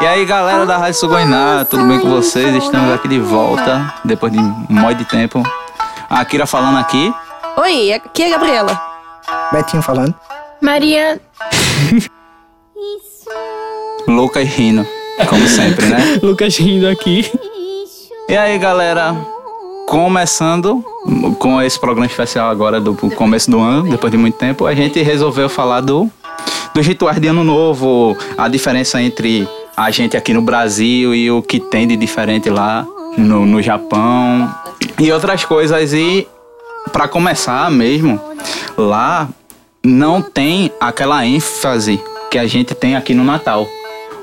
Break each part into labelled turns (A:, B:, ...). A: E aí galera da Rádio Sugoiná, tudo bem com vocês? Estamos aqui de volta, depois de um monte de tempo. A Akira falando aqui.
B: Oi, aqui é a Gabriela.
C: Betinho falando.
D: Maria,
A: Lucas rindo, como sempre, né?
E: Lucas rindo aqui.
A: E aí, galera? Começando com esse programa especial agora do começo do ano, depois de muito tempo, a gente resolveu falar do dos rituais de ano novo, a diferença entre a gente aqui no Brasil e o que tem de diferente lá no, no Japão e outras coisas. E para começar mesmo, lá não tem aquela ênfase que a gente tem aqui no Natal.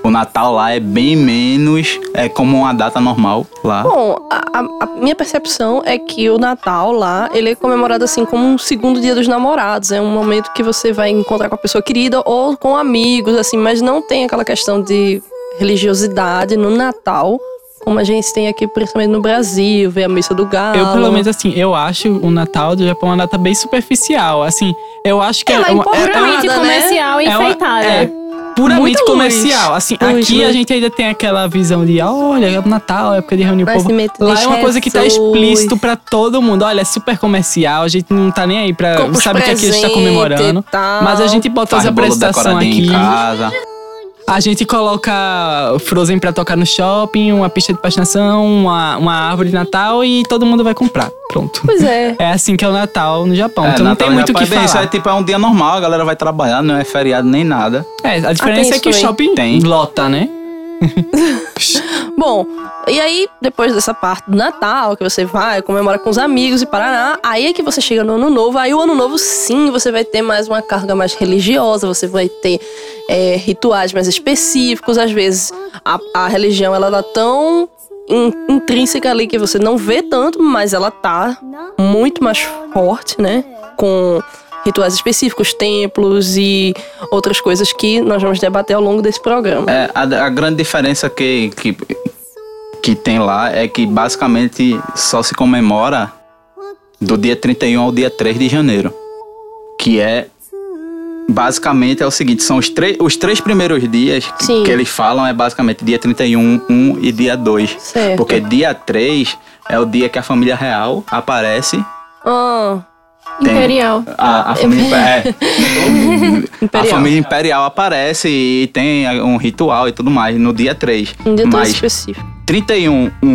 A: O Natal lá é bem menos, é como uma data normal lá.
B: Bom, a, a- a minha percepção é que o Natal lá, ele é comemorado assim como um segundo dia dos namorados. É um momento que você vai encontrar com a pessoa querida ou com amigos, assim, mas não tem aquela questão de religiosidade no Natal, como a gente tem aqui, principalmente no Brasil, ver a missa do galo.
E: Eu, pelo menos, assim, eu acho o Natal do Japão uma data bem superficial. Assim, eu acho que
B: Ela é
E: uma-
B: importante,
D: puramente
B: né?
D: comercial e
E: É uma-
D: enfeitada.
E: é puramente
B: Muito luz.
E: comercial. Assim,
B: Luz,
E: aqui a
B: luz.
E: gente ainda tem aquela visão de, "Ah, olha, é o Natal, é época de reunir o povo.
B: Nascimento de
E: Lá é uma coisa que tá
B: Jesus.
E: explícito pra todo mundo. Olha, é super comercial, a gente não tá nem aí pra.
B: Compra os
E: sabe o que aqui a gente tá
B: presentes
E: comemorando.
B: e tal.
E: Mas a gente bota as
A: Faz bolo
E: apresentações
A: decoradinho
E: aqui.
A: em casa.
E: A gente coloca Frozen pra tocar no shopping, uma pista de patinação, uma, uma árvore de Natal e todo mundo vai comprar. Pronto.
B: Pois é.
E: É assim que é o Natal no Japão.
A: É,
E: então não
A: Natal
E: tem muito
A: já
E: o que
A: faz bem,
E: falar.
A: Isso é tipo, é um dia normal, a galera vai trabalhar, não é feriado nem nada.
E: É, a diferença é
B: isso
E: que o
B: também.
E: shopping
A: Tem.
E: lota, né?
B: Bom, e aí, depois dessa parte do Natal, que você vai, comemora com os amigos e Paraná, aí é que você chega no Ano Novo. Aí o Ano Novo, sim, você vai ter mais uma carga mais religiosa, você vai ter é, rituais mais específicos. Às vezes, a, a religião, ela tá tão in- intrínseca ali que você não vê tanto, mas ela tá muito mais forte, né? Com rituais específicos, templos e outras coisas que nós vamos debater ao longo desse programa.
A: É, a, a grande diferença que, que, que tem lá é que basicamente só se comemora do dia 31 ao dia 3 de janeiro. Que é. Basicamente é o seguinte: são os, três os três primeiros dias que,
B: Sim.
A: que eles falam, é basicamente dia 31, 1 e dia 2.
B: Certo.
A: Porque dia 3 é o dia que a família real aparece.
B: Ah.
D: Imperial.
A: A, a família imperial. A
B: Imperial.
A: família imperial aparece e tem um ritual e tudo mais no dia 3.
B: Um dia todo
A: Mas
B: específico,
A: 31, 1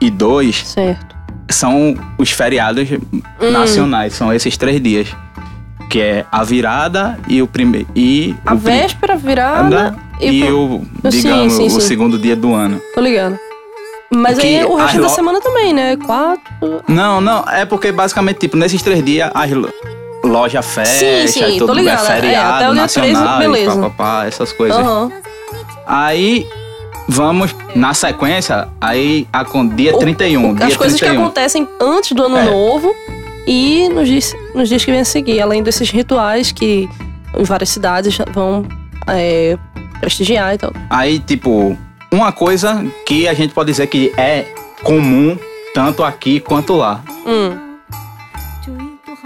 A: e 2
B: certo.
A: são os feriados
B: Hum.
A: nacionais, são esses três dias. Que é a virada e o primeiro. E
B: A
A: o pri-
B: véspera, virada
A: e
B: e... pro-
A: o,
B: Sim,
A: digamos,
B: sim,
A: o
B: sim.
A: segundo dia do ano.
B: Tô ligado. Mas
A: Que
B: aí é o resto
A: as
B: da
A: lo-
B: semana também, né? Quatro...
A: Não, não, é porque basicamente, tipo, nesses três dias as lo- loja fecha,
B: sim,
A: e
B: tô
A: tudo
B: ligada.
A: é
B: É,
A: feriado,
B: até o dia três,
A: nacional, e
B: beleza.
A: pá, pá, pá, essas coisas.
B: Aham.
A: Aí vamos na sequência, aí a, com dia
B: O-
A: 31, dia
B: As coisas
A: 31.
B: que acontecem antes do Ano
A: É.
B: Novo e nos dias, nos dias que vêm a seguir. Além desses rituais que em várias cidades vão é, prestigiar então. e tal.
A: Aí, tipo, uma coisa que a gente pode dizer que é comum tanto aqui quanto lá.
B: Hum.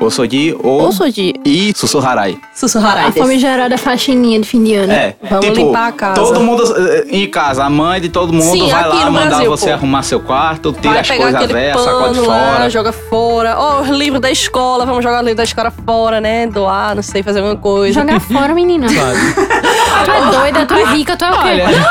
A: Osoji ou
B: Ou Soji,
A: e Sussurrarai.
E: Ah,
B: sussurrar.
D: A fome gerada é faxininha de fim de ano.
A: É,
B: Né? Vamos
A: tipo,
B: limpar a casa.
A: todo mundo eh, em casa, a mãe de todo mundo
B: Sim,
A: vai
B: aqui
A: lá
B: no
A: mandar
B: Brasil,
A: você
B: pô.
A: arrumar seu quarto, tira
B: Vai
A: as
B: pegar
A: coisas
B: aquele
A: velhas, sacode
B: pano lá,
A: fora.
B: joga fora. Ó, os livros da escola, vamos jogar o livro da escola fora, né? Doar, não sei, fazer alguma
E: É.
B: coisa.
D: Jogar fora, menina. Tu é doida, tu é rica, tu é o quê?
E: Olha, tá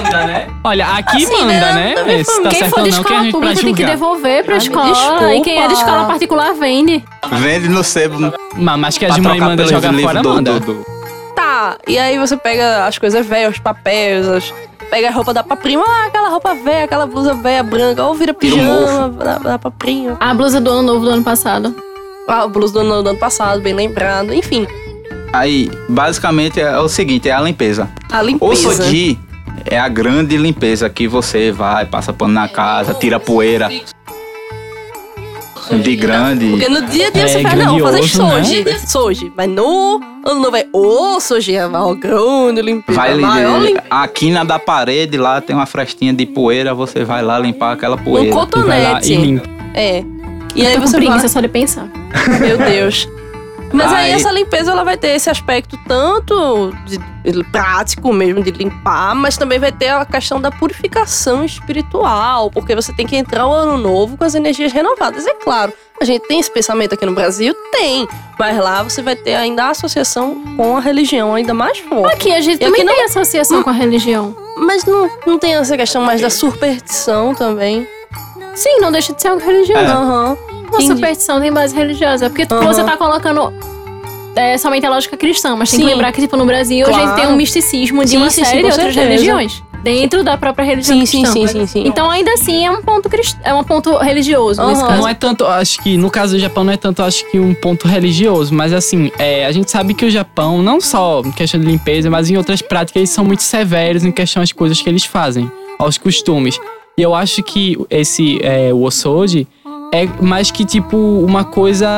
E: aqui manda, né? Olha, aqui
B: Assim,
E: manda,
B: né?
E: né?
B: Também
E: Esse tá
D: Quem
E: certo
D: for
E: ou
D: de
E: não, quem a
D: escola
E: gente pra
D: pública tem que
E: julgar.
D: devolver pra
B: Ah, me
D: escola. E quem é de
B: desculpa.
D: escola particular vende.
A: Vende no sebo
E: Mas, mas que
A: pra
E: as mães
A: trocar
E: mandam
A: pelos
E: jogar
A: livros
E: fora,
A: do-
E: manda.
A: do- do-
B: Tá, e aí você pega as coisas velhas, os papéis, as- pega a roupa da paprima, ah, aquela roupa velha, aquela blusa velha branca, ou vira
A: Tira um
B: pijama da, da paprima.
D: A blusa do ano novo do ano passado.
B: Ah, o blusa do ano, do ano passado, bem lembrado, enfim,
A: Aí, basicamente é o seguinte, é a limpeza.
B: a
A: O
B: limpeza.
A: Sodi é a grande limpeza que você vai, passa pano na casa, tira poeira. De grande.
B: Porque no dia a dia
E: É
B: você fala, não, vou fazer
E: grandioso, né?"
B: soji, soji. Mas no ano novo é o soji, é o grande limpeza,
A: Vai
B: maior
A: li-
B: limpeza.
A: a quina da parede lá tem uma frestinha de poeira, você vai lá limpar aquela
B: Um
A: poeira.
E: E
D: né,
E: vai lá e
B: cotonete.
E: limpa.
B: É. E aí
D: Tô com
B: você
D: preguiça
B: vai,
D: só de pensar.
B: meu Deus. Mas aí,
A: Aí-
B: essa limpeza ela vai ter esse aspecto tanto de- de prático mesmo de limpar, mas também vai ter a questão da purificação espiritual, porque você tem que entrar o ano novo com as energias renovadas. É claro, a gente tem esse pensamento aqui no Brasil, tem, mas lá você vai ter ainda a associação com a religião ainda mais forte.
D: Aqui a gente
B: E
D: também
B: aqui não-
D: tem
E: Hum.
D: associação com a religião.
B: Mas não, não tem essa questão mais da superstição também.
D: Sim, não deixa de ser algo
E: É.
D: religioso.
B: Aham.
D: Uma
B: Entendi.
D: superstição tem base religiosa. Porque tu-
B: Aham.
D: você tá colocando é, somente a lógica cristã, mas tem
B: Sim.
D: que lembrar que, tipo, no Brasil a
B: Claro.
D: gente tem um misticismo de
B: Sim,
D: uma
B: sim,
D: série
B: sim,
D: de
B: com
D: outras
B: certeza.
D: religiões. Dentro da própria religião
B: Sim, sim,
D: cristã.
B: sim, sim, sim.
D: Então, ainda assim, é um ponto, crist... é um ponto religioso nesse
B: Aham.
D: caso.
E: Não é tanto, acho que no caso do Japão não é tanto, acho que um ponto religioso, mas assim, é, a gente sabe que o Japão, não só em questão de limpeza, mas em outras práticas, eles são muito severos em questão às coisas que eles fazem, aos costumes. E eu acho que esse, é, o Osoji, é mais que tipo uma coisa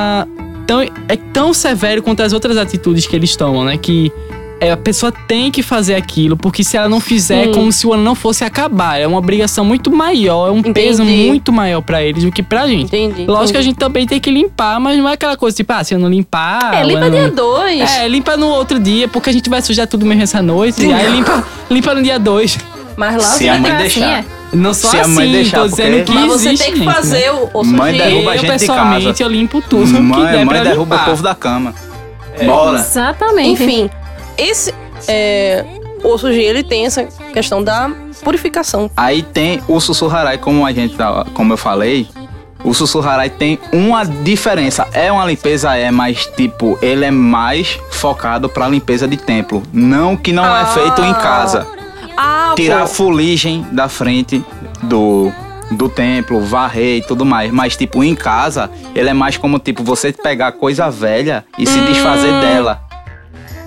E: tão, é tão severo quanto as outras atitudes que eles tomam, né? Que é, a pessoa tem que fazer aquilo, porque se ela não fizer, é
B: Sim.
E: como se o ano não fosse acabar. É uma obrigação muito maior, é um peso
B: Entendi.
E: muito maior pra eles do que pra gente.
B: Entendi.
E: Lógico que a
B: entendi.
E: gente também tem que limpar, mas não é aquela coisa tipo, ah, se eu não limpar.
B: É,
E: eu
B: limpa
E: não-
B: dia 2.
E: É, limpa no outro dia, porque a gente vai sujar tudo mesmo essa noite. E aí limpa, limpa no dia 2.
B: Mas lá
A: Se
B: você
A: a
B: vai
A: mãe
B: ter-
A: deixar.
D: é.
E: Não só
A: Se a
E: assim,
A: mãe deixar,
E: tô
A: porque-
E: dizendo que
B: Mas você
E: existe,
B: tem que
E: gente, né?
B: fazer o, o
A: Mãe
B: sujeito.
A: derruba a
E: eu,
A: gente de
E: pessoalmente,
A: casa.
E: eu limpo tudo que
A: mãe
E: der
A: mãe
E: pra
A: derruba
E: limpar.
A: o povo da cama. É, né? Bora.
D: Exatamente.
B: Enfim, esse é, o sujeito ele tem essa questão da purificação.
A: Aí tem o sussurrarai, como a gente, tava- como eu falei. O sussurrarai tem uma diferença. É uma limpeza, é, mas tipo, ele é mais focado pra limpeza de templo. Não que não
B: Ah.
A: é feito em casa.
B: Ah,
A: Tirar a
B: pô.
A: fuligem da frente do, do templo, varrer e tudo mais. Mas tipo, em casa, ele é mais como tipo, você pegar coisa velha e se desfazer dela.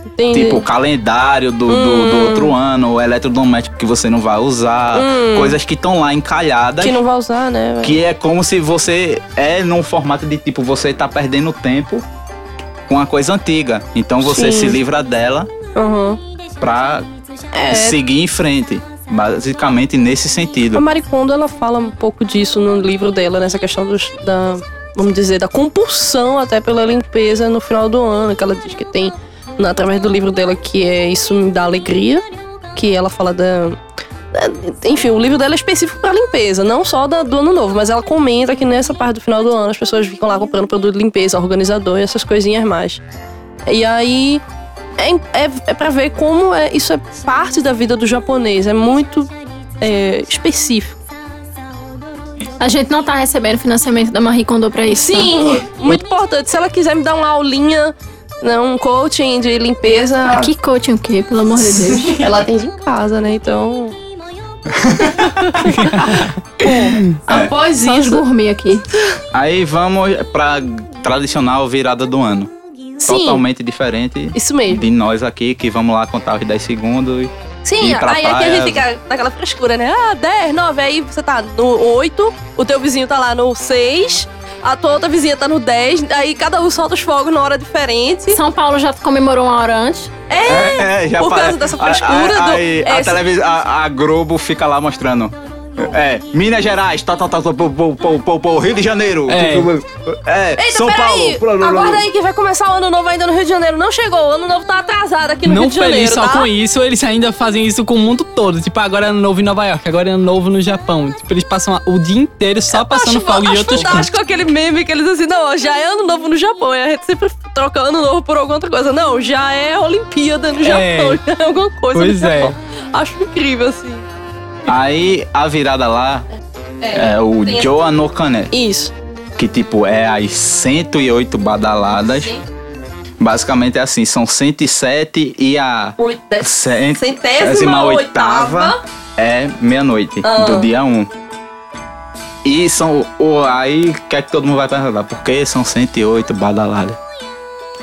B: Entendi.
A: Tipo, o calendário do, do,
B: Hum.
A: do outro ano, o eletrodoméstico que você não vai usar, coisas que estão lá encalhadas.
B: Hum. que
A: Que,
B: não vai usar, né? velho?
A: é como se você. É num formato de tipo, você tá perdendo tempo com a coisa antiga. Então você
B: Sim.
A: se livra dela
B: Uhum.
A: pra
B: É.
A: seguir em frente. Basicamente nesse
B: A
A: sentido.
B: Maricondo, ela fala um pouco disso no livro dela, nessa questão dos, da, vamos dizer, da compulsão até pela limpeza no final do ano, que ela diz que tem, na- através do livro dela, que é Isso Me Dá Alegria, que ela fala da... da- Enfim, o livro dela é específico pra limpeza, não só da, do ano novo, mas ela comenta que nessa parte do final do ano as pessoas ficam lá comprando produto de limpeza, organizador e essas coisinhas mais. E aí é, é, é para ver como é, isso é parte da vida do japonês, é muito é, específico.
D: A gente não tá recebendo financiamento da Marie Kondo pra isso. tá?
B: Sim, muito importante. Se ela quiser me dar uma aulinha, né, um coaching de limpeza,
D: Ah, que coaching o quê? Pelo amor de Deus.
B: ela atende em casa, né? Então.
A: É.
B: Bom, após
D: Só os
B: isso.
D: gourmet aqui.
A: Aí vamos pra tradicional virada do ano.
B: Sim,
A: Totalmente diferente
B: isso mesmo.
A: de nós aqui, que vamos lá contar os 10 segundos.
B: Sim,
A: ir pra
B: aí aqui a gente
A: praia.
B: fica naquela frescura, né? Ah, 10, 9, aí você tá no 8, o teu vizinho tá lá no 6, a tua outra vizinha tá no 10, aí cada um solta os fogos numa hora diferente.
D: São Paulo já comemorou uma hora antes.
A: É, já
B: Por
A: pare-
B: causa dessa
A: a- a-
B: frescura do-
A: aí a,
B: é, se-
A: televisão, a, a Globo fica lá mostrando. É, Minas Gerais, tá, tá, tá, tá, pô, pô, pô, pô, pô, Rio de Janeiro.
E: É.
A: É,
B: Eita,
A: São Paulo. blá, blá,
B: peraí!
A: blá, blá.
B: Aguarda aí que vai começar o ano novo ainda no Rio de Janeiro. Não chegou, o ano novo tá atrasado aqui no
E: Não
B: Rio de
E: feliz
B: Janeiro,
E: só
B: tá?
E: com isso, eles ainda fazem isso com o mundo todo. Tipo, agora é ano novo em Nova York, agora é ano novo no Japão. Tipo, eles passam o dia inteiro só passando
B: acho,
E: fogo
B: acho
E: de outras coisas.
B: fantástico aquele meme que eles assim, não, ó, já é ano novo no Japão. E a gente sempre troca ano novo por alguma outra coisa. Não, já é Olimpíada no Japão, já é alguma coisa
E: Pois
B: no
E: é.
B: Japão. Acho incrível, assim.
A: Aí a virada lá é, o
B: tem-
A: Joa no Kane,
B: Isso.
A: que tipo é as 108 badaladas.
B: Sim.
A: Basicamente é assim, são 107 e a
B: Oita-
A: cent-
B: Centésima oitava.
A: é meia-noite
B: Ah.
A: do dia 1. E são. o- aí que é que todo mundo vai perguntar? Por que são 108 badaladas?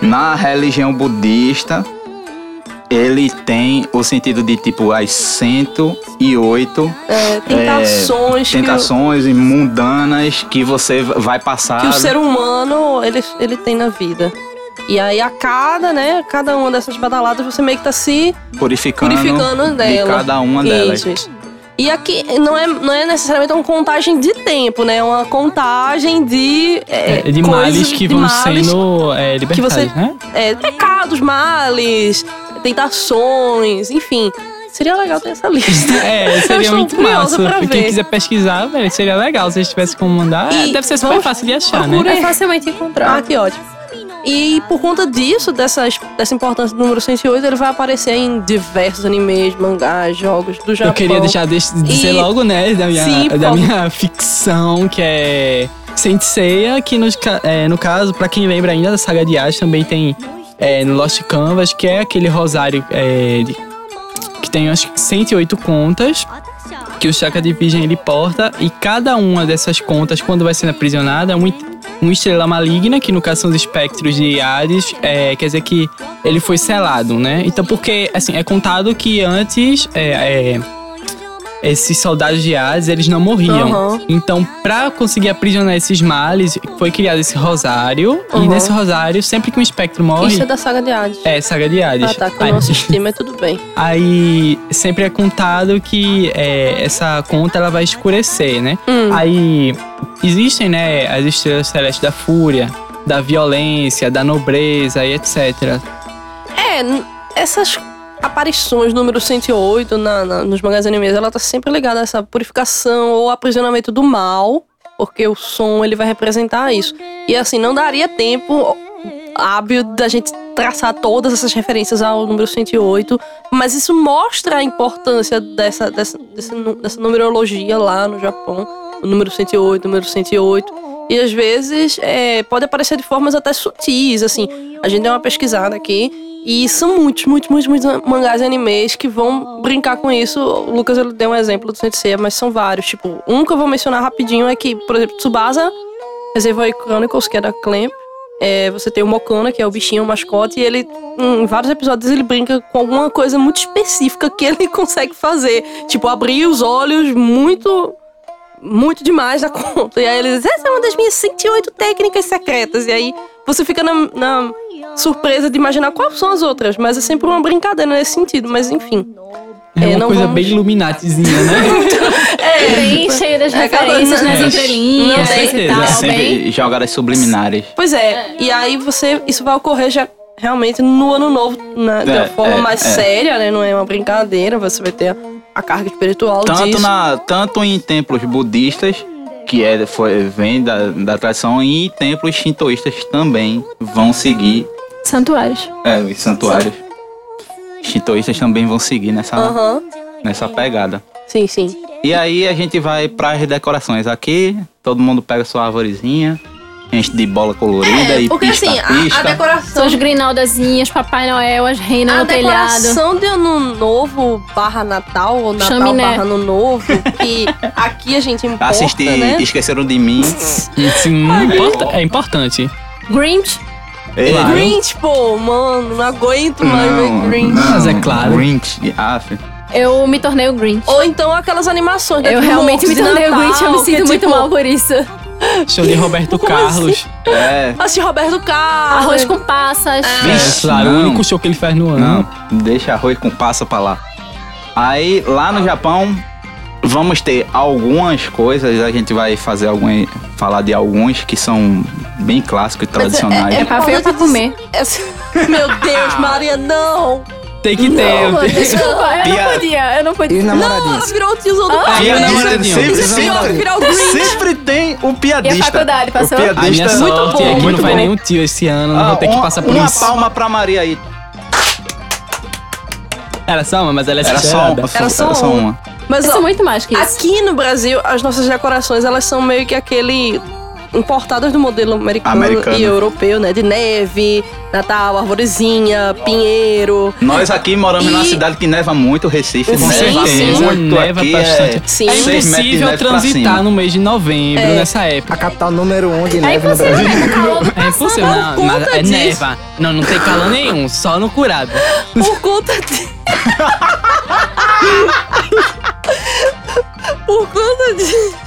A: Na religião budista, ele tem o sentido de tipo as 108
B: É, tentações que o-
A: tentações mundanas que você vai passar.
B: que o ser humano ele, ele tem na vida. E aí a cada, né, cada uma dessas badaladas você meio que tá se
A: purificando,
B: purificando
A: de
B: dela.
A: cada uma delas.
B: Isso, isso. E aqui não é, não é necessariamente uma contagem de tempo, né? É uma contagem de.
E: É,
B: É,
E: de males
B: coisas-
E: que
B: de
E: vão
B: males,
E: sendo é, libertados,
B: você-
E: né?
B: é, pecados, males, tentações, enfim. Seria legal ter essa lista.
E: É,
B: Eu
E: seria
B: estou
E: muito
B: curiosa
E: massa.
B: pra
E: Quem
B: ver.
E: quiser pesquisar, velho, seria legal se eles tivessem como mandar. É,
B: E
E: deve ser super
B: vamos-
E: fácil de achar, né?
B: procura-
D: É facilmente encontrar.
B: Ah, que ótimo. E por conta disso, dessas, dessa importância do número 108, ele vai aparecer em diversos animes, mangás, jogos do Japão.
E: Eu queria deixar de dizer
B: E-
E: logo, né, da minha,
B: Sim, por
E: da
B: favor.
E: minha ficção, que é Senseiya, que nos ca- é, no caso, pra quem lembra ainda da saga de Ash, também tem é, no Lost Canvas, que é aquele rosário é, de- que tem acho que 108 contas, que o Chakra de Virgem ele porta, e cada uma dessas contas, quando vai sendo aprisionada, é um, uma estrela maligna, que no caso são os espectros de Hades, é, quer dizer que ele foi selado, né? Então, porque, assim, é contado que antes é, é, esses soldados de Hades, eles não morriam.
B: Aham.
E: Então, pra conseguir aprisionar esses males, foi criado esse rosário, e
B: Aham.
E: nesse rosário, sempre que um espectro morre...
B: Isso é da saga de Hades.
E: É, saga de Hades.
B: Ah, tá, que
E: Aí-
B: eu não assisti, mas tudo bem.
E: Aí sempre é contado que é, essa conta ela vai escurecer, né?
B: Hum.
E: Aí existem, né, as estrelas celestes da fúria, da violência, da nobreza e etc.
B: É, n- essas aparições número 108 na, na, nos mangás e animes, ela tá sempre ligada a essa purificação ou aprisionamento do mal, porque o som ele vai representar isso. E assim, não daria tempo hábil da gente traçar todas essas referências ao número 108, mas isso mostra a importância dessa, dessa, desse nu- dessa numerologia lá no Japão, o número 108, o número 108. E às vezes é, pode aparecer de formas até sutis, assim. A gente deu uma pesquisada aqui e são muitos, muitos, muitos, muitos mangás e animes que vão brincar com isso. O Lucas ele deu um exemplo do Sensei, mas são vários. Tipo, um que eu vou mencionar rapidinho é que, por exemplo, Tsubasa, Reservoir Chronicles, que é da Clamp. É, você tem o Mokona, que é o bichinho, o mascote, e ele, em vários episódios, ele brinca com alguma coisa muito específica que ele consegue fazer. Tipo, abrir os olhos muito, muito demais na conta. E aí ele diz, essa é uma das minhas 108 técnicas secretas. E aí você fica na, na surpresa de imaginar quais são as outras. Mas é sempre uma brincadeira nesse sentido. Mas enfim.
E: É,
B: É,
E: uma
B: não
E: coisa
B: vamos-
E: bem iluminatizinha, né?
D: Bem cheio das
B: É,
D: referências
B: cada-
D: nas
B: É.
D: entrelinhas
E: Com
D: e
E: certeza.
D: tal.
A: É
D: Bem,
A: sempre jogar as subliminares.
B: Pois é. E aí você. Isso vai ocorrer já. Realmente no ano novo, na, de uma
A: É,
B: forma
A: é,
B: mais
A: é.
B: séria, né? Não é uma brincadeira, você vai ter a carga espiritual
A: Tanto,
B: disso.
A: na, tanto em templos budistas, que é, foi, vem da, da tradição, e templos shintoístas também vão seguir
D: santuários.
A: é, os santuários. Shintoístas também vão seguir nessa,
B: Aham.
A: nessa pegada.
B: Sim, sim.
A: E aí a gente vai para as decorações. Aqui, todo mundo pega sua arvorezinha, enche de bola colorida e
B: porque
A: pista
B: assim,
A: a
B: a,
A: pista.
B: a decoração.
D: São as grinaldazinhas, Papai Noel, as reinas
B: A
D: no telhado.
B: decoração de ano novo barra Natal, ou Natal
D: Chaminé.
B: barra ano novo, que aqui a gente importa,
A: Assistir
B: né?
A: Esqueceram de Mim.
E: Sim, importa- é importante.
D: Grinch.
A: Ei,
E: Claro.
B: Grinch, pô, mano, não aguento mais ver
A: Não,
B: Grinch.
A: não.
E: Mas é claro.
A: Grinch, af.
D: Eu me tornei o Grinch.
B: Ou então aquelas animações.
D: Eu
B: daqueles
D: realmente me
B: mortos de
D: tornei o
B: Natal,
D: Grinch, eu me
B: que
D: sinto
B: é
D: muito
B: tipo,
D: mal por isso.
E: Show de Roberto
B: Como
E: Carlos.
A: É.
B: Assim, Roberto Carlos.
D: Arroz com passas.
E: É, claro, o
A: Não.
E: único show que ele faz no ano.
A: Não, deixa arroz com passa pra lá. Aí, lá no Japão, vamos ter algumas coisas, a gente vai fazer algum, falar de alguns que são bem clássicos e tradicionais.
D: É pra feio pra comer.
B: É- Meu Deus, Maria, não.
E: Tem que
D: Não,
E: ter.
D: desculpa, eu não
A: Piada.
D: podia, eu não
C: E
D: podia.
B: Não, ela
C: namoradinhos.
B: virou o tiozão do
D: é
E: Ah,
B: Grinch.
E: meu
D: né?
E: namoradinho.
A: sempre,
C: Esse
B: Ela
A: sempre,
C: namoradinho.
B: virou o Grinch.
A: sempre tem um piadista.
D: E a faculdade, passou?
A: O
E: A minha
A: piadista
E: sorte é que não
A: Muito
E: faz
A: bom.
E: nenhum tio esse ano, não
A: Ah,
E: vou ter que
A: um-
E: passar por
A: uma
E: isso.
A: palma pra Maria aí.
E: Era só uma, mas ela é
A: Era só,
E: sincerada.
B: Era só uma. Mas,
D: Eu
B: ó,
D: sou muito mais que isso.
B: Aqui no Brasil, as nossas decorações, elas são meio que aquele importadas do modelo americano,
A: Americano.
B: e europeu, né? De neve, Natal, arvorezinha, pinheiro.
A: Nós aqui moramos numa
B: E-
A: cidade que neva muito, Recife.
E: Com
A: neva
E: certeza,
A: Muito
E: neva
A: aqui
E: bastante.
A: É...
B: Sim.
E: É
A: Sim. Seis metros de
E: impossível
A: neve pra
E: transitar
A: cima.
E: no mês de novembro, nessa época.
C: A capital número um de
D: É
C: neve no
D: impossível,
C: Brasil.
D: né? Com calor do
E: É impossível,
B: por
E: não,
B: conta
E: mas é
B: disso.
E: neva. Não, não tem calor nenhum, só no curado.
B: Por conta de... Por conta de...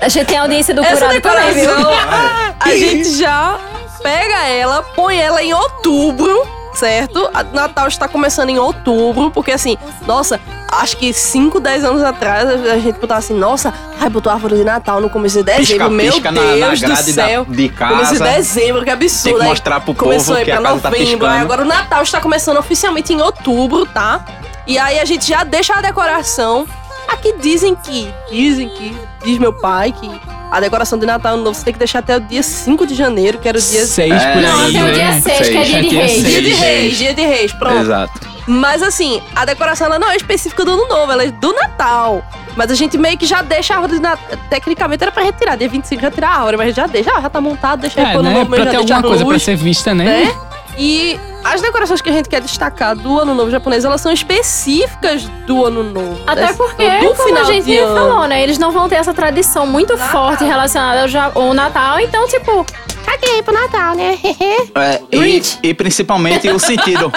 D: A gente tem a audiência do
B: Essa
D: curado também, viu?
B: decoração, a gente já pega ela, põe ela em outubro, certo. A Natal está começando em outubro, porque assim, nossa, acho que 5, 10 anos atrás a gente botava assim, nossa, ai, botou árvore de Natal no começo de dezembro.
A: Pisca,
B: É assim, Meu
A: pisca na, na
B: Deus do
A: grade da-
B: céu.
A: de
B: Começo de
A: casa.
B: dezembro, que absurdo.
A: Tem que
B: Aí
A: mostrar pro
B: Começou
A: povo
B: aí
A: que
B: pra
A: a casa tá
B: novembro. aí
A: piscando.
B: agora o Natal está começando oficialmente em outubro, tá? E aí a gente já deixa a decoração. Aqui dizem que, dizem que, diz meu pai que a decoração de Natal Ano Novo você tem que deixar até o dia 5 de janeiro, que era o dia.
E: Seis
A: É,
E: por
D: Não,
E: aí.
D: até o
E: né?
D: dia 6, que é dia de
E: Dia
D: reis.
E: seis.
B: Dia de reis, dia de reis, pronto.
A: Exato.
B: Mas assim, a decoração ela não é específica do ano novo, ela é do Natal. Mas a gente meio que já deixa a árvore de Natal. Tecnicamente era pra retirar, dia 25 já tirar a árvore, mas a gente já deixa, ah, já tá montado, deixa aí
E: É,
B: pro ano
E: né?
B: novo, mas
E: Pra
B: já
E: ter
B: deixa a
E: alguma
B: luz,
E: coisa pra ser vista, né?
B: né? E as decorações que a gente quer destacar do ano novo japonês, elas são específicas do ano novo.
D: Até
B: das-
D: porque,
B: do
D: como a
B: final
D: gente
B: de ano.
D: falou, né? Eles não vão ter essa tradição muito
B: Natal.
D: forte relacionada ao, Ja- ao Natal. Então, tipo, caguei pro Natal, né?
A: É,
D: Grinch.
A: e, e principalmente o sentido.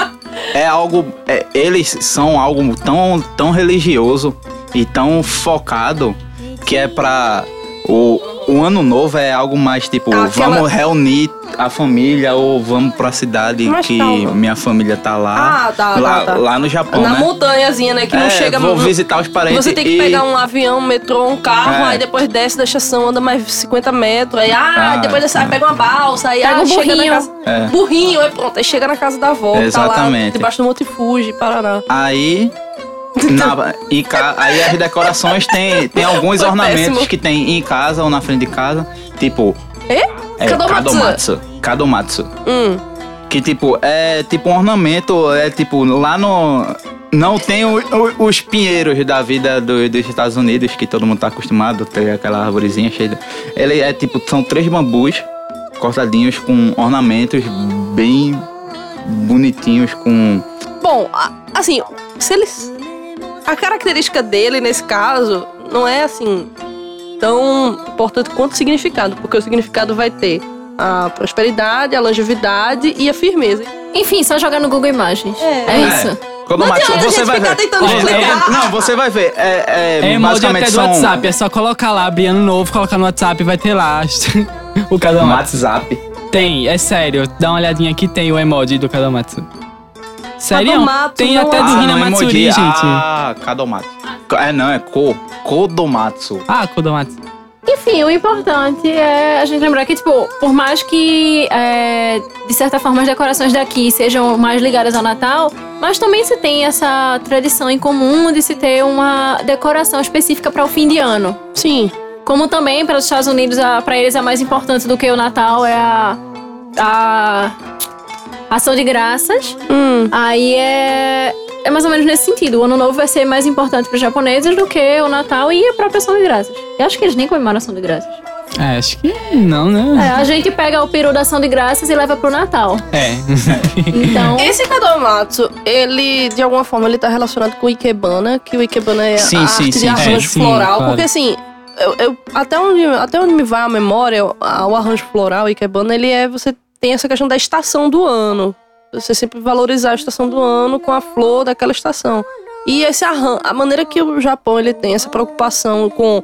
A: É algo. é, eles são algo tão, tão religioso e tão focado que é pra. O, o ano novo é algo mais tipo,
B: Ah, Aquela-
A: vamos reunir a família ou vamos pra cidade
B: Mas
A: que
B: calma.
A: minha família tá lá.
B: Ah, tá,
A: lá,
B: tá, tá.
A: lá no Japão.
B: Na
A: né?
B: montanhazinha, né? Que não
A: É,
B: chega
A: Vou
B: não-
A: visitar os parentes.
B: Você tem que
A: e-
B: pegar um avião, um metrô, um carro,
A: É.
B: aí depois desce da estação, anda mais 50 metros, aí ah,
A: Ah,
B: depois desce, aí pega uma balsa, aí
D: Pega
B: ah,
D: um
B: chega
D: burrinho.
B: na casa.
A: É.
B: Burrinho, aí pronto, aí chega na casa da avó, tá lá
A: Exatamente.
B: debaixo do Monte Fuji, Paraná.
A: Aí. na- em ca- aí as decorações tem, tem alguns
B: Foi
A: ornamentos
B: péssimo.
A: que tem em casa ou na frente de casa. Tipo.
B: É?
A: É,
B: Kadomatsu.
A: Kadomatsu. Kadomatsu.
B: Hum.
A: Que tipo, é tipo um ornamento, é tipo, lá no. Não tem o- o- os pinheiros da vida do- dos Estados Unidos, que todo mundo tá acostumado, tem aquela arvorezinha cheia. de- Ele é tipo, são três bambus cortadinhos com ornamentos bem bonitinhos com.
B: Bom, a- assim, se eles. A característica dele, nesse caso, não é assim tão importante quanto o significado, porque o significado vai ter a prosperidade, a longevidade e a firmeza.
D: Enfim, só jogar no Google Imagens.
B: É.
D: É, isso.
A: Como
B: Não
A: Max,
B: adianta a
A: você
B: gente
A: vai
B: ficar
A: ver.
B: tentando
A: Você-
B: explicar.
A: Não, você vai ver. É, é,
E: É emoji
A: basicamente
E: até do
A: são
E: WhatsApp. É só colocar lá, abrir ano novo, colocar no WhatsApp e vai ter lá o Kadomatsu.
A: WhatsApp.
E: Tem, é sério. Dá uma olhadinha aqui, tem o emoji do Kadomatsu. Sério?
B: Kadomatsu
E: tem
B: não
E: até
B: é.
E: do
A: Ah, não,
E: Hinamatsuri,
A: emoji.
E: gente. Ah,
A: Ah, Kadomatsu. É, não, é Ko. Kodomatsu.
E: Ah, Kodomatsu.
D: Enfim, o importante é a gente lembrar que, tipo, por mais que, é, de certa forma, as decorações daqui sejam mais ligadas ao Natal, mas também se tem essa tradição em comum de se ter uma decoração específica para o fim de ano.
B: Sim.
D: Como também para os Estados Unidos, para eles, a mais importante do que o Natal é a, a ação de graças.
B: Hum.
D: Aí é, é mais ou menos nesse sentido. O Ano Novo vai ser mais importante para os japoneses do que o Natal e a própria ação de graças. Eu acho que eles nem comemoram a ação de graças.
E: É, acho que não, né?
D: É, a gente pega o peru da ação de graças e leva pro Natal.
E: É.
D: Então,
B: Esse Kadomatsu, ele, de alguma forma, ele tá relacionado com o Ikebana, que o Ikebana é
A: Sim,
B: a
A: sim,
B: arte de
A: sim,
B: arranjo
E: sim. É, sim,
B: floral,
E: claro.
B: porque assim, eu- eu- até, onde, até onde me vai a memória, eu- a- o arranjo floral, o Ikebana, ele é, você tem essa questão da estação do ano. Você sempre valorizar a estação do ano com a flor daquela estação. E esse arran a maneira que o Japão ele tem essa preocupação com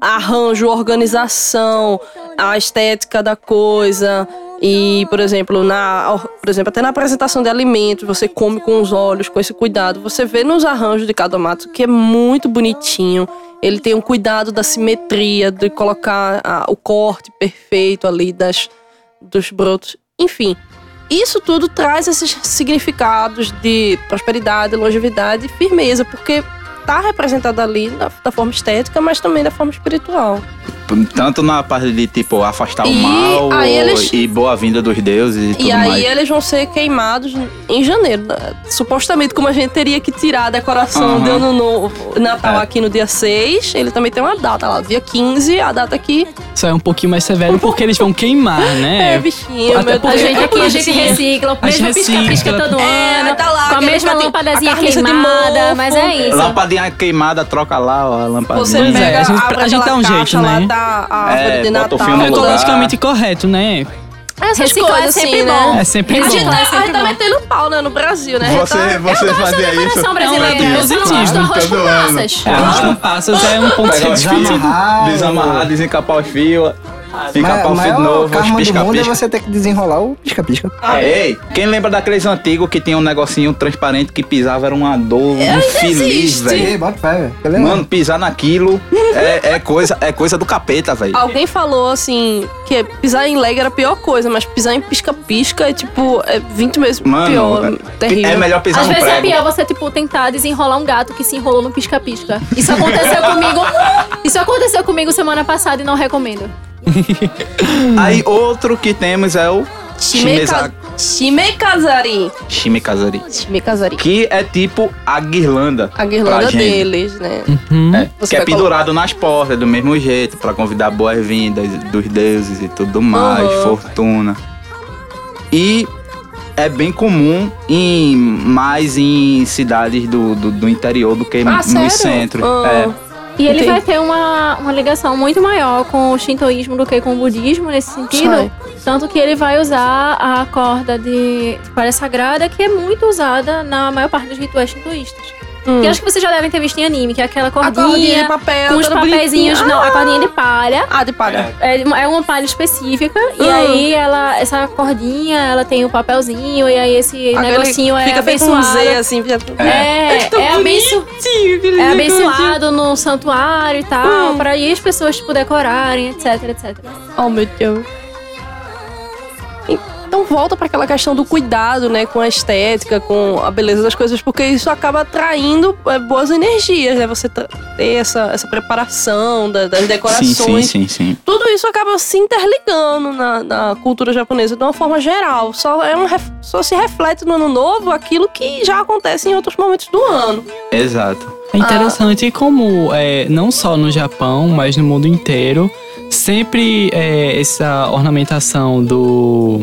B: arranjo, organização, a estética da coisa. E, por exemplo, na, or- por exemplo, até na apresentação de alimentos, você come com os olhos, com esse cuidado. Você vê nos arranjos de cada mato que é muito bonitinho. Ele tem um cuidado da simetria, de colocar a- o corte perfeito ali das, dos brotos. Enfim, isso tudo traz esses significados de prosperidade, longevidade e firmeza, porque tá representado ali na- da forma estética, mas também da forma espiritual.
A: Tanto na parte de, tipo, afastar
B: E
A: o mal
B: aí eles-
A: e boa-vinda dos deuses e, tudo
B: E aí
A: mais.
B: eles vão ser queimados em janeiro. né? Supostamente, como a gente teria que tirar a decoração
A: Aham.
B: do ano novo, Natal
A: É.
B: aqui no dia 6, ele também tem uma data lá, dia 15, a data que
E: Só é um pouquinho mais severo porque eles vão queimar,
B: é,
E: né?
B: bichinho,
E: Até
B: meu
E: porque- é
B: Deus.
D: a gente aqui, é a gente recicla, o
E: A gente
D: mesmo pisca-pisca
E: recicla.
D: todo ano.
B: É, aí tá lá,
D: com a
B: aquele
D: mesma
B: pratinho,
D: lampadazinha
B: a carniça de
D: queimada,
B: mofo.
D: mas é isso.
A: Lampadinha queimada, troca lá ó, a
B: Você
A: lampadinha.
E: Pois é,
B: pega,
E: a gente-
B: abre
E: a gente dá
B: aquela
E: um
B: caixa
E: jeito,
B: lá
E: né?
B: da árvore
A: É,
B: de
A: bota o
B: Natal.
A: fio no
E: É
A: lugar.
E: ecologicamente correto, né?
D: Essas
B: Reciclar
D: coisas
B: é
D: é
B: sempre
D: sempre
B: bom.
D: bom.
E: É sempre
B: A gente,
E: bom.
B: tá,
D: Reciclar é
B: a gente
D: sempre
B: tá
D: bom.
B: metendo pau, né, no Brasil, né? A gente tá-
D: Eu gosto da decoração brasileira.
E: É um lado
D: eu não gosto do arroz com
A: positivo.
D: massas.
E: É, arroz com passas é um ponto
A: Pegar os fios,
E: sensível.
A: desamarrar, desencapar os fios. Pica-pau
C: Ma-
A: feito
C: maior
A: novo, os
C: karma do mundo é
A: pisca-pisca.
C: você ter que desenrolar o pisca-pisca.
D: Ah,
A: Ei,
D: é?
A: quem lembra daqueles antigos que tinha um negocinho transparente que pisava era uma dor infeliz,
B: existe.
A: velho?
C: Ei, bota fé, velho. Tá lembrando?
A: Mano, pisar naquilo é, é coisa, é coisa do capeta, velho. É
B: Alguém falou assim que pisar em leg era a pior coisa, mas pisar em pisca-pisca é tipo é 20 vezes
A: Mano,
B: pior. terrível.
A: É melhor pisar
D: Às
A: no
D: vezes é
A: prego.
D: pior você, tipo, tentar desenrolar um gato que se enrolou no pisca-pisca. Isso aconteceu comigo. Isso aconteceu comigo semana passada e não recomendo.
A: Aí outro que temos é o Shimeza-
B: Shimekazari.
A: Shimekazari.
B: Shimekazari.
A: Que é tipo a guirlanda.
B: A guirlanda
A: pra gente.
B: deles, né?
E: Hum.
A: É,
B: Você
A: que é
B: vai
A: pendurado nas portas, do mesmo jeito, pra convidar boas-vindas dos deuses e tudo mais,
B: Uhum.
A: fortuna. E é bem comum em mais em cidades do, do, do interior do que
B: Ah,
A: nos
B: sério?
A: centros.
B: Ah.
A: É.
D: E ele
B: Entendi.
D: vai ter uma, uma ligação muito maior com o shintoísmo do que com o budismo nesse sentido.
B: Sai.
D: Tanto que ele vai usar a corda de, de palha sagrada, que é muito usada na maior parte dos rituais shintoístas.
B: Hum.
D: Que eu acho que vocês já devem ter visto em anime, que é aquela
B: A
D: cordinha,
B: cordinha de papel,
D: com os
B: toda bonitinha.
D: papeizinhos. Não, a cordinha de palha.
B: né? Ah, de palha.
D: É uma- é uma palha específica, e
B: Hum.
D: aí ela, essa cordinha, ela tem o papelzinho, e aí esse
B: Aquele
D: negocinho é
B: Fica bem com um
D: abençoado.
B: Z, assim. já-
D: É,
B: tão
D: é, abenço-
B: bonitinho.
D: é abençoado no santuário e tal, pra aí as pessoas, tipo, decorarem, etc, etc.
B: Oh, meu Deus. Então volta pra aquela questão do cuidado, né, com a estética, com a beleza das coisas, porque isso acaba atraindo é, boas energias, né? Você tra- ter essa, essa preparação da- das
A: Sim,
B: decorações.
A: sim, sim, sim.
B: Tudo isso acaba se interligando na, na cultura japonesa de uma forma geral. Só, é um ref- só se reflete no ano novo aquilo que já acontece em outros momentos do ano.
A: Exato.
E: É interessante como, é, não só no Japão, mas no mundo inteiro, sempre é, essa ornamentação do,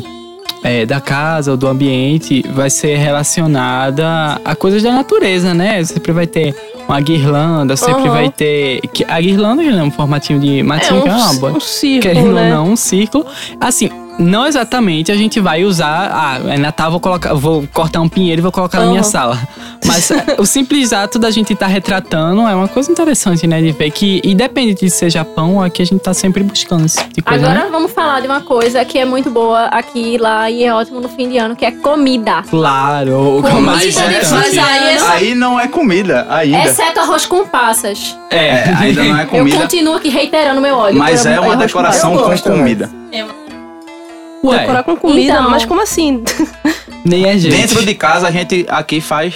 E: é, da casa ou do ambiente vai ser relacionada a coisas da natureza, né? Sempre vai ter uma guirlanda, sempre
B: Aham.
E: vai ter. que- A guirlanda é um formatinho de
A: Ah,
B: É
E: matinho
B: um,
E: que é uma boa-
B: um círculo,
E: Querendo
B: né?
E: ou não, um círculo. Assim, não exatamente a gente vai usar. Ah, é Natal, vou, colocar, vou cortar um pinheiro e vou colocar na
B: Aham.
E: minha sala. Mas é, o simples ato da gente estar retratando é uma coisa interessante, né? De ver que, independente de ser Japão, aqui a gente tá sempre buscando esse tipo de coisa. né?
D: Agora vamos falar de uma coisa que é muito boa aqui e lá, e é ótimo no fim de ano, que é comida.
E: Claro, o que é mais
A: Comida, né?
E: importante.
A: Mas Aí não é comida, ainda.
D: Exceto arroz com passas.
A: É, ainda não é
D: Eu
A: comida,
D: continuo aqui reiterando meu ódio.
A: mas
D: por
A: é uma
D: arroz com passas.
A: decoração
C: Eu
A: com
C: gosto,
A: comida.
E: Ué,
B: Decorar com comida,
D: Então.
B: mas como assim?
E: nem a gente.
A: Dentro de casa a gente aqui faz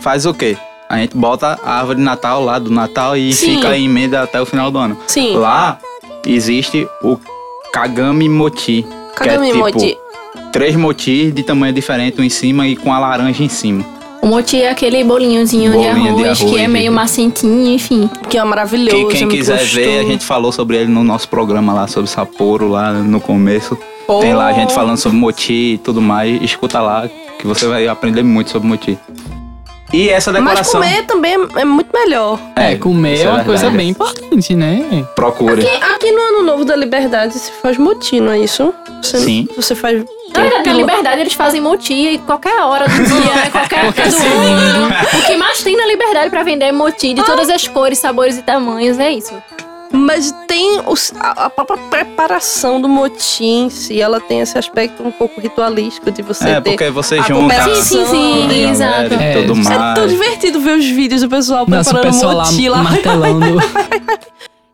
A: faz o quê? A gente bota a árvore de Natal lá do Natal e
B: Sim.
A: fica em emenda até o final do ano.
B: Sim,
A: Lá existe o Kagami Moti.
B: Kagami
A: que é tipo,
B: Mochi.
A: Três motis de tamanho diferente, um em cima e com a laranja em cima.
D: O moti é aquele bolinhozinho
A: Bolinho de
D: de, arroz, que
A: arroz, né?
D: é meio
A: gente.
D: macentinho, enfim.
B: que é maravilhoso.
A: Quem, quem
B: é muito
A: quiser ver, a
B: gostoso.
A: gente falou sobre ele no nosso programa lá, sobre Sapporo lá no começo.
B: Pô.
A: Tem lá a gente falando sobre moti e tudo mais. Escuta lá que você vai aprender muito sobre moti. E essa
B: Mas
A: decoração.
B: comer também é muito melhor.
E: É, comer
A: isso
E: é uma
A: verdade.
E: coisa bem importante, né?
A: Procure.
B: Aqui, aqui no Ano Novo da Liberdade se faz motim, não é isso? Você,
A: Sim.
B: Você faz.
D: Na verdade, na liberdade eles fazem moti e qualquer hora do dia, né? Qualquer época do
E: assim,
D: ano. O que mais tem na liberdade pra vender é moti de todas as cores, sabores e tamanhos, é isso.
B: Mas tem os- a, a própria preparação do motim em si, ela tem esse aspecto um pouco ritualístico de você
A: É,
B: ter.
A: porque você
B: a
A: junta.
B: cooperação.
D: Sim, sim, sim.
A: a galera
D: exato.
A: e
E: É,
A: tudo
E: isso
A: mais.
B: É tão divertido ver os vídeos do pessoal
E: Nossa, o
B: tá preparando
E: pessoal lá
B: motim lá.
E: martelando.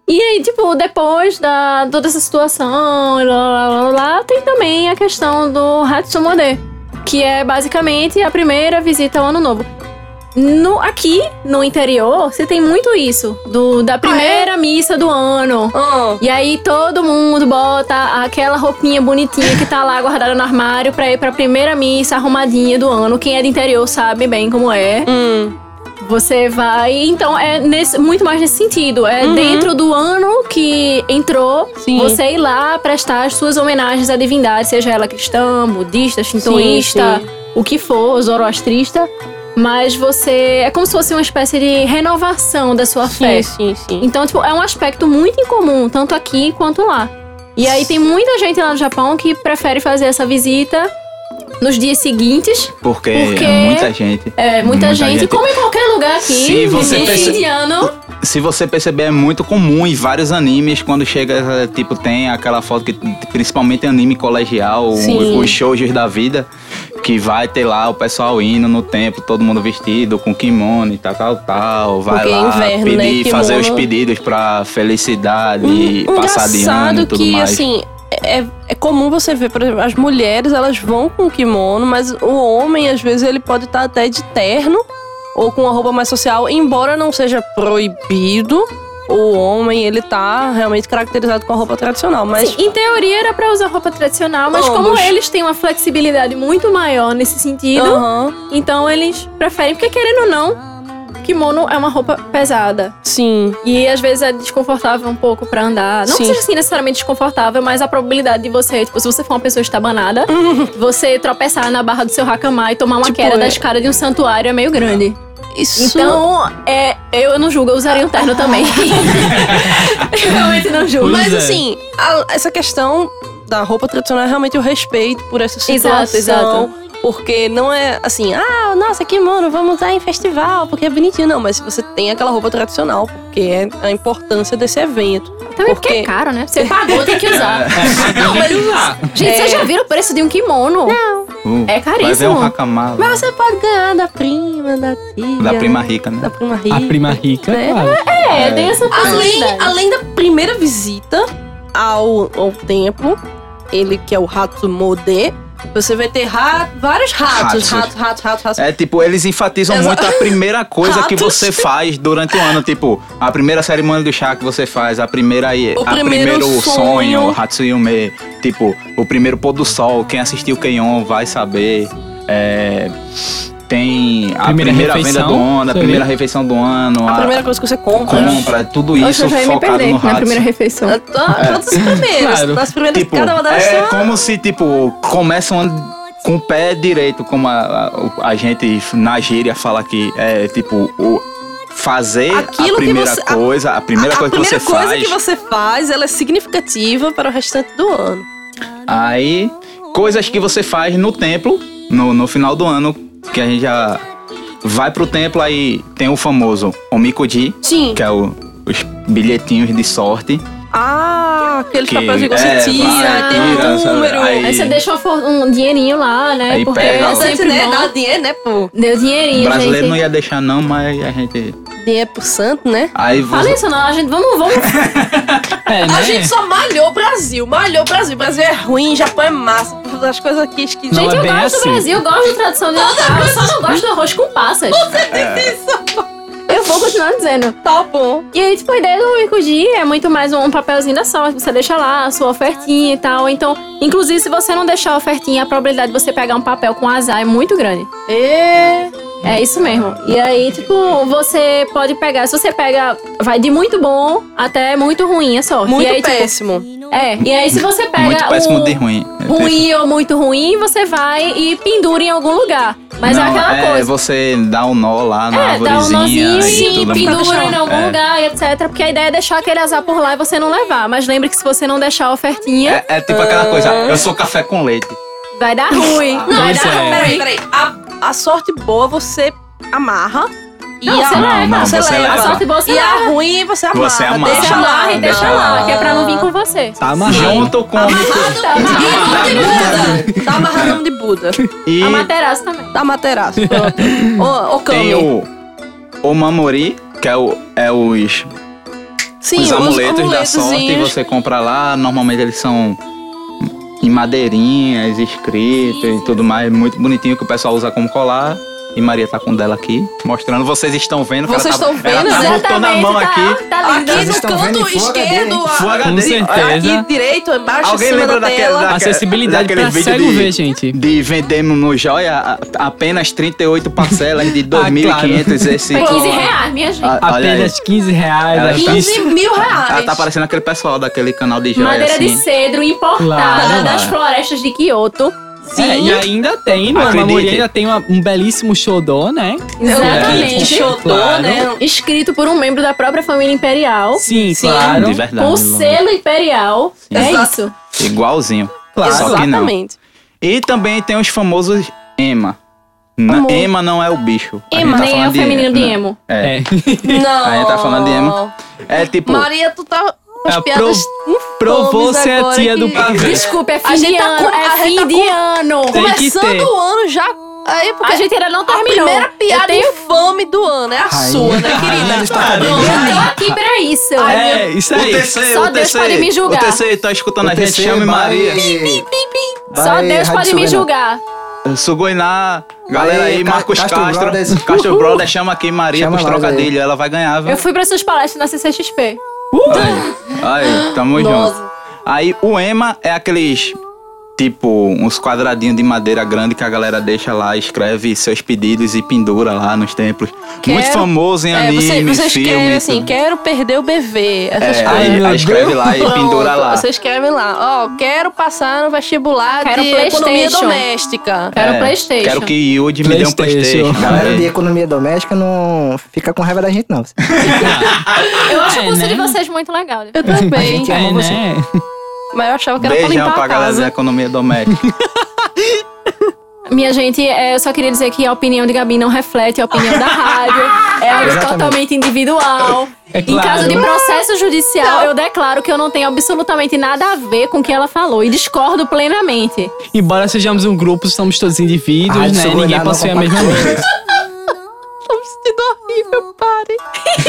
D: E aí, tipo, depois da toda essa situação, lá, lá, lá, lá, tem também a questão do Hatsumode, que é basicamente a primeira visita ao Ano Novo. No, aqui, no interior, você tem muito isso, do, da primeira missa do ano.
B: Ah,
D: E aí todo mundo bota aquela roupinha bonitinha que tá lá guardada no armário pra ir pra primeira missa arrumadinha do ano. Quem é do interior sabe bem como é.
B: hum.
D: Você vai. Então, é nesse- muito mais nesse sentido. É
B: Uhum.
D: dentro do ano que entrou,
B: Sim.
D: você ir lá prestar as suas homenagens à divindade, seja ela cristã, budista, shintoísta,
B: sim.
D: o que for, zoroastrista. Mas você. É como se fosse uma espécie de renovação da sua é fé.
B: Sim, sim, sim.
D: Então, tipo, é um aspecto muito incomum, tanto aqui quanto lá. E aí tem muita gente lá no Japão que prefere fazer essa visita nos dias seguintes.
A: Porque,
D: Porque-
A: muita gente.
D: É, muita,
A: Muita
D: gente,
A: gente.
D: como em qualquer lugar aqui,
A: Se você
D: no fim
A: perce-
D: de ano,
A: se você perceber, é muito comum em vários animes, quando chega, tipo, tem aquela foto que, principalmente anime colegial,
B: Sim.
A: o- os shoujos da vida, que vai ter lá o pessoal indo no tempo, todo mundo vestido, com kimono e tal, tal, tal. Vai
B: Porque é
A: lá
B: inverno, né?
A: pedir, fazer os
B: Kimono. Um
A: pedidos pra felicidade e passar de ano e
B: Hum, engraçado
A: tudo
B: que,
A: mais.
B: assim, é, é comum você ver, por exemplo, as mulheres, elas vão com kimono, mas o homem, às vezes, ele pode estar até de terno ou com uma roupa mais social, embora não seja proibido. O homem, ele tá realmente caracterizado com a roupa tradicional, mas
D: Sim, em teoria era pra usar roupa tradicional, mas como
B: Ambos.
D: eles têm uma flexibilidade muito maior nesse sentido,
B: Aham,
D: então eles preferem, porque querendo ou não, kimono é uma roupa pesada.
B: sim.
D: E às vezes é desconfortável um pouco pra andar. Não que
B: Sim.
D: seja assim necessariamente desconfortável, mas a probabilidade de você, tipo, se você for uma pessoa estabanada, você tropeçar na barra do seu rakamar e tomar uma
B: Tipo,
D: queda da
B: é-
D: escada de um santuário é meio grande.
B: Isso.
D: Então, é, eu não julgo, eu usaria um terno também. Eu Realmente não julgo.
E: Pois
B: Mas
E: é.
B: assim, a- essa questão da roupa tradicional é realmente o respeito por essa situação.
D: Exato, exato.
B: Porque não é assim, ah, nossa, que mano, vamos usar em festival, porque é bonitinho. Não, mas você tem aquela roupa tradicional, porque é a importância desse evento.
D: Também porque é
B: Porque-
D: caro, né? Você pagou, tem que usar.
A: É.
E: Não, mas...
D: Gente,
B: É.
D: vocês já viram o preço de um kimono?
A: Uh,
D: É
A: Mas é
D: caríssimo.
A: um hakamala
B: Mas você pode ganhar ah, da prima, da tia.
A: da prima rica, né?
B: Da prima rica.
E: A prima rica,
B: né?
E: claro.
D: É, tem essa
B: Além,
D: possibilidade.
B: além da primeira visita ao, ao templo, ele que é o rato modê, você vai ter ra- vários ratos.
A: Ratos.
B: Rato, rato, rato, rato.
A: É tipo, eles enfatizam
B: Exa-
A: muito a primeira coisa que
B: Ratos.
A: você faz durante o ano. Tipo, a primeira cerimônia do chá que você faz, a primeira.
B: O
A: a
B: primeiro
A: sonho,
B: sonho.
A: Hatsuyume. Tipo, o primeiro pôr do sol. Quem assistiu Kenyon vai saber. É, tem a
E: Primeira
A: primeira, venda
E: refeição,
A: do ano, a
E: você
A: primeira refeição do ano,
B: A
A: a,
B: primeira coisa que você compra.
A: compra, tudo
D: Oxe,
A: isso
D: eu já ia me
A: focado
D: perder
A: no
D: na
A: Hatsu.
D: primeira refeição.
B: Ah, tá, Todas as primeiras.
E: Claro.
B: As primeiras,
A: Tipo,
B: cada uma delas
A: é
B: tem uma-
A: como se, tipo, começam com o pé direito, como a, a, a gente na gíria fala que é, tipo, o fazer
B: Aquilo
A: a
B: que
A: primeira
B: você- a-
A: coisa, a, primeira
B: a
A: coisa
B: primeira
A: que você
B: coisa
A: faz,
B: que você faz, ela é significativa para o restante do ano.
A: aí coisas que você faz no templo, no, no final do ano, que a gente já vai pro templo, aí tem o famoso Omikuji,
B: Sim.
A: que é o- os bilhetinhos de sorte.
B: Ah, aqueles
A: Que-
B: papéis que você
A: é,
B: tira,
A: vai,
B: tem um
A: tira, sabe?
B: número.
A: Aí-
D: Aí você deixa uma for- um dinheirinho lá, né?
A: Aí
D: porque
A: pega,
D: é
A: ó.
B: Importante,
D: sempre
B: né?
D: bom.
B: Dá dinheiro, né, pô?
D: Deu dinheirinho,
A: brasileiro não
D: gente.
A: ia deixar não, mas a gente...
B: Dinheiro por santo, né?
A: Aí você,
D: Fala isso não, a gente, vamos, vamos.
E: É,
B: A gente
E: né?
B: só malhou o Brasil, malhou o Brasil. O Brasil é ruim, Japão é massa, as coisas aqui esquisitas.
E: Não
D: gente,
E: é
D: eu
E: bem
D: gosto
E: assim.
D: do Brasil, eu gosto da tradição do Natal, eu só não gosto do arroz com passas. Eu vou continuar dizendo.
E: é.
B: Tá bom.
D: E aí, tipo, a ideia do Icuji é muito mais um papelzinho da sorte. Você deixa lá a sua ofertinha e tal. Então, inclusive, se você não deixar a ofertinha, a probabilidade de você pegar um papel com azar é muito grande.
B: E...
D: É isso mesmo. E aí, tipo, você pode pegar. Se você pega, vai de muito bom até muito ruim a sorte.
B: Muito
D: e aí, tipo,
B: péssimo.
D: é, e aí se você pega
A: muito péssimo
D: o
A: de ruim.
D: ruim ou muito ruim, você vai e pendura em algum lugar. Mas é
A: Não,
D: aquela
A: é,
D: coisa.
A: você dá um nó lá na
D: É, dá um
A: arvorezinha
D: nozinho
A: e
D: e
A: tudo mais.
D: pendura em algum
A: É.
D: lugar, e etc. Porque a ideia é deixar aquele azar por lá e você não levar. Mas lembre que se você não deixar a ofertinha,
A: É, é tipo aquela coisa, eu sou café com leite.
D: vai dar ruim. Não, vai
E: Pois
D: dar
E: é.
D: ruim.
B: Peraí, peraí. A, a sorte boa você amarra. E
D: Não,
B: a,
D: você
A: Não,
D: leva,
A: não,
B: você
A: você
B: leva.
D: A sorte boa você
B: e a
D: leva.
B: ruim você amarra.
A: Você amarra.
D: Deixa
B: Deixa lá, então.
D: lá, e deixa lá, que é pra não vir com você.
E: Tá amarrado.
A: Junto com
D: Tá amarrado.
B: Tá amarrado o nome de Buda.
A: e
D: A materaça também.
B: Tá materaço. Ô, ô,
A: tem
B: Kami.
A: o o mamori, que é o é os,
B: Sim,
A: os amuletos da sorte,
B: amuletozinhos.
A: você compra lá, normalmente eles são em madeirinhas, escritos e tudo mais, muito bonitinho que o pessoal usa como colar. E Maria tá com o dela aqui, mostrando, vocês estão vendo. que ela
B: Vocês
A: tá-
B: estão
A: ela
B: vendo?
A: tá botando a mão
D: tá,
A: aqui.
D: Tá lindo.
B: Aqui
C: Vocês
B: no
C: estão vendo em
B: canto
C: Full HD,
B: esquerdo,
A: Full
B: a-
A: HD.
E: Com certeza.
B: aqui direito, embaixo,
A: é Alguém
B: em cima
A: lembra
B: da
A: daquele-
B: tela.
A: da-
E: Acessibilidade
A: daquele
E: pra
A: vídeo
E: cego
A: de-
E: ver, gente.
A: de vendemos no Joia a- apenas 38 parcelas de 2.500 esse.
D: Foi 15 reais, minha gente.
A: Ah, olha aí.
E: Apenas 15 reais.
A: Ela tá
E: né?
A: está-
B: 15 mil reais.
A: Ela tá parecendo aquele pessoal daquele canal de joia
D: Madeira de
A: assim.
D: cedro importada
E: Claro.
D: das florestas de Quioto.
E: É, e ainda tem, mano. A
A: Acredite.
E: Mamori ainda tem uma- um belíssimo xodó, né?
A: Exatamente.
B: Um
D: Exatamente.
B: Xodó,
E: Claro.
B: né?
D: Escrito por um membro da própria família imperial.
E: Sim,
B: Sim.
E: claro.
A: De verdade.
D: Com
A: Lula.
D: selo imperial. É
B: Exato.
D: isso.
A: Igualzinho.
E: Claro.
A: Só que não.
B: Exatamente.
A: E também tem os famosos Ema. Na-
B: Amor.
A: Ema não é o bicho. A gente
D: Ema,
A: tá
D: nem é o
A: falando
D: feminino de
A: não.
D: emo.
A: É.
E: É.
B: Não.
A: Aí tá falando de emo. É tipo.
B: Maria, tu tá com as
E: Ah,
B: piadas
E: provou ser a
B: infames
E: tia
B: agora
E: do pavê.
D: Desculpa, é fim
B: A gente
D: de
B: tá
D: ano.
B: com- a
D: é
B: gente
D: fim
B: tá
D: de
B: com-
D: ano.
E: Tem que ter.
B: Começando o ano já. Aí, porque
D: A gente ainda não
B: a
D: terminou.
B: primeira piada
D: eu tenho...
B: infame do ano é a
C: Rainha-
B: sua, né,
C: Rainha
B: querida?
C: dos Tocadores.
B: Pronto,
D: Eu tô aqui pra isso.
E: É, isso aí.
D: Só Deus pode me julgar.
A: O TC, tá escutando a
C: O
A: gente?
C: TC
A: Chame
C: vai-
A: Maria.
C: É, vai
D: Só Deus
C: Rádio
D: pode me
C: Sugana.
D: julgar.
A: Sugoiná. Galera aí,
C: Aí, Ca-
A: Marcos
C: Castro
A: Castro.
C: Brothers.
A: Castro Brothers, chama aqui Maria
C: Chama
A: pros
C: nós aí.
A: trocadilhos. Ela vai ganhar, viu?
D: Eu fui pra suas palestras na CCXP.
A: Aí, aí, tamo
B: Nossa.
A: junto. Aí o Ema é aqueles. Tipo, uns quadradinhos de madeira grande que a galera deixa lá, escreve seus pedidos e pendura lá nos templos.
B: Quero-
A: Muito famoso em
B: É,
A: anime,
B: você- vocês
A: filme.
B: querem assim,
A: tudo.
B: quero perder o bebê. Essas
A: É,
B: coisas.
E: Ai,
A: aí,
E: meu
A: aí escreve
E: Deus.
A: lá e pendura
B: tá Pronto,
A: lá.
B: Vocês escrevem lá. Ó, quero passar no vestibular
D: Quero
B: de economia
D: PlayStation.
B: doméstica.
D: Quero Playstation.
A: É, Quero que Yudi me dê um
E: PlayStation.
A: Playstation. cara.
C: Galera de economia doméstica não fica com raiva da gente, não.
D: Eu acho o
E: É,
D: curso
E: né?
D: de vocês muito legal.
B: Eu também.
E: É,
B: amo você.
E: né?
B: Mas eu achava que era pra
A: Beijão
B: limpar
A: pra
B: a
A: galera da
B: casa.
A: economia doméstica.
D: Minha gente, é, eu só queria dizer que a opinião de Gabi não reflete a opinião da rádio. É algo
C: Exatamente.
D: totalmente individual.
E: É
D: Em caso
E: claro.
D: de processo judicial, eu declaro que eu não tenho absolutamente nada a ver com o que ela falou e discordo plenamente.
E: Embora sejamos um grupo, somos todos indivíduos,
C: Ah,
E: né?
C: isso
E: Ninguém
C: guardar não
E: possui a mesma
C: compartilha.
E: mente.
B: Tô me sentindo horrível, pare.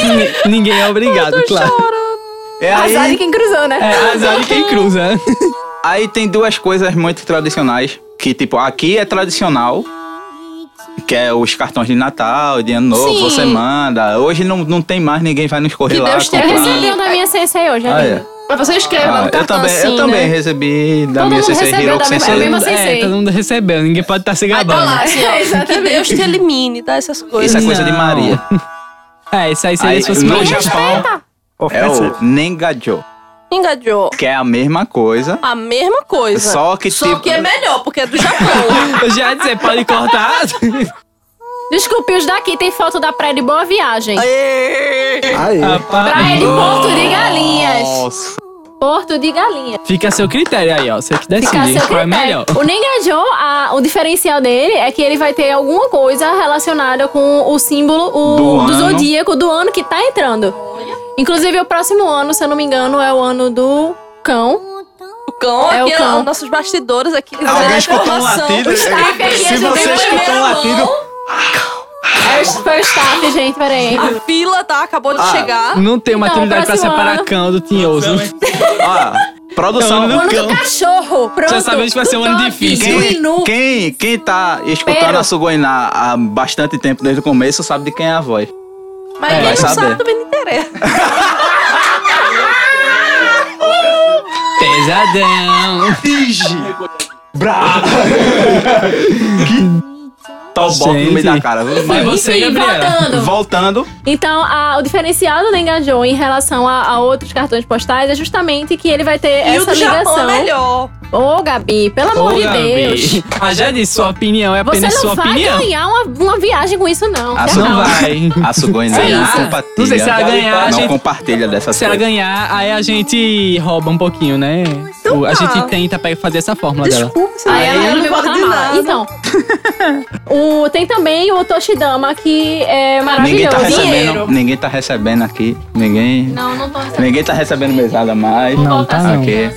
E: Ni- Ninguém é obrigado, claro.
A: É
D: Azar de
A: aí,
D: quem cruzou, né?
E: É, azar de quem
B: É,
E: cruza.
A: aí tem duas coisas muito tradicionais. Que, tipo, aqui é tradicional. Que é os cartões de Natal, de Ano Novo,
B: Sim.
A: você manda. Hoje não, não tem mais, ninguém vai nos correr
B: Que
A: lá.
B: Deus te
D: Eu
A: comprar.
D: recebi um da minha sensei hoje,
A: Ah,
D: amiga.
A: é.
B: Mas você escreve lá
A: Ah,
B: no
A: eu
B: cartão
A: também,
B: assim,
A: eu também
B: né?
A: recebi da
D: Todo
A: minha
D: mundo
A: CC
D: recebeu
A: Hiroku
D: da mesma- é a
B: assim,
A: Sensei.
D: mesma Mas sem
E: É,
D: ser.
E: todo mundo recebeu, ninguém pode estar se
B: Aí tá lá,
E: gabando.
B: assim, ó. que Deus te elimine dessas coisas.
A: Isso é coisa de
E: Não.
A: Maria.
E: É, isso aí seria
A: Aí,
E: se fosse
A: no
E: mais-
A: Japão é o Nengajo,
B: Engajou.
A: que é a mesma coisa.
B: A mesma coisa.
A: Só que
B: Só
A: tipo-
B: que é melhor, porque é do Japão.
E: Eu já ia dizer, pode cortar.
D: Desculpe, os daqui tem foto da praia de Boa Viagem.
A: É
C: Aí.
A: Ah,
D: Praia
E: Rapaz,
D: de Porto de Galinhas.
A: Nossa.
D: Porto de Galinhas.
E: fica a seu critério aí, ó. Você que
D: Fica a
E: decide
D: seu
E: qual é
D: critério.
E: melhor.
D: O Nengajo, a- o diferencial dele é que ele vai ter alguma coisa relacionada com o símbolo o-
A: Do
D: do,
A: ano.
D: zodíaco do ano que tá entrando. Inclusive, o próximo ano, se eu não me engano, é o ano do cão.
B: O cão
D: É o
B: aqui,
D: cão.
B: ó, nossos bastidores aqui.
A: Alguém
B: zero
A: escutou um
B: né? informação.
A: latido?
B: Os
A: Se
B: tapers,
D: Se
B: gente,
D: você
A: escutou um
B: em é primeira
A: latido-
B: mão.
D: É o foi o staff, gente, peraí.
B: A fila, tá? Acabou de
A: Ah,
B: chegar.
E: Não tem uma
D: Não,
E: atividade pra
D: próximo
E: separar
D: ano.
E: cão do tinhoso.
A: Ó, produção.
E: Não,
D: O ano do cachorro, pronto.
E: Já sabemos que vai ser um ano
D: Top.
E: difícil.
A: Quem,
D: Suinu.
A: quem, quem tá escutando
D: Pero.
A: a Sugoiná há bastante tempo, desde o começo, sabe de quem é a voz.
B: Mas
E: É,
B: quem
A: vai
B: não
A: saber.
B: sabe também não interessa.
E: Pesadão.
A: Tá o bolo no meio
E: Gente.
A: da cara. viu?
E: Foi
A: Mas,
E: você,
D: Enfim,
E: Gabriela.
D: voltando.
A: voltando,
D: Então, a- o diferencial do Nengajo em relação a, a outros cartões postais é justamente que ele vai ter
B: E o
D: essa
B: do Japão é
D: ligação. né?
B: melhor.
D: Ô, Gabi, pelo amor
E: Ô,
D: de Deus.
E: Gabi. Ah, já disse, sua opinião é
D: Você
E: apenas
D: não
E: sua
D: vai
E: opinião.
D: ganhar uma, uma viagem com isso, não. tá?
A: a
D: Tchau.
E: Não
A: Sugoiná.
E: vai.
A: A Sugoiná
E: Sei
A: não
E: lá.
A: compartilha.
E: Não sei se ela ganhar, a
A: Não
E: gente-
A: compartilha dessa
E: Se ela
A: coisa.
E: ganhar, aí a gente rouba um pouquinho, né?
B: Então
E: O- a
B: tá.
E: gente tenta pe- fazer essa fórmula dela.
B: Desculpa, se
D: Aí ela não me bota
B: pode
D: na mala. Então. o, tem também o Toshidama, que é
A: Ninguém tá,
D: maravilhoso.
A: recebendo, ninguém tá recebendo aqui. Ninguém.
D: Não, não tô recebendo.
A: Ninguém tá recebendo mesada mais.
E: Não, tá não.
A: Ok.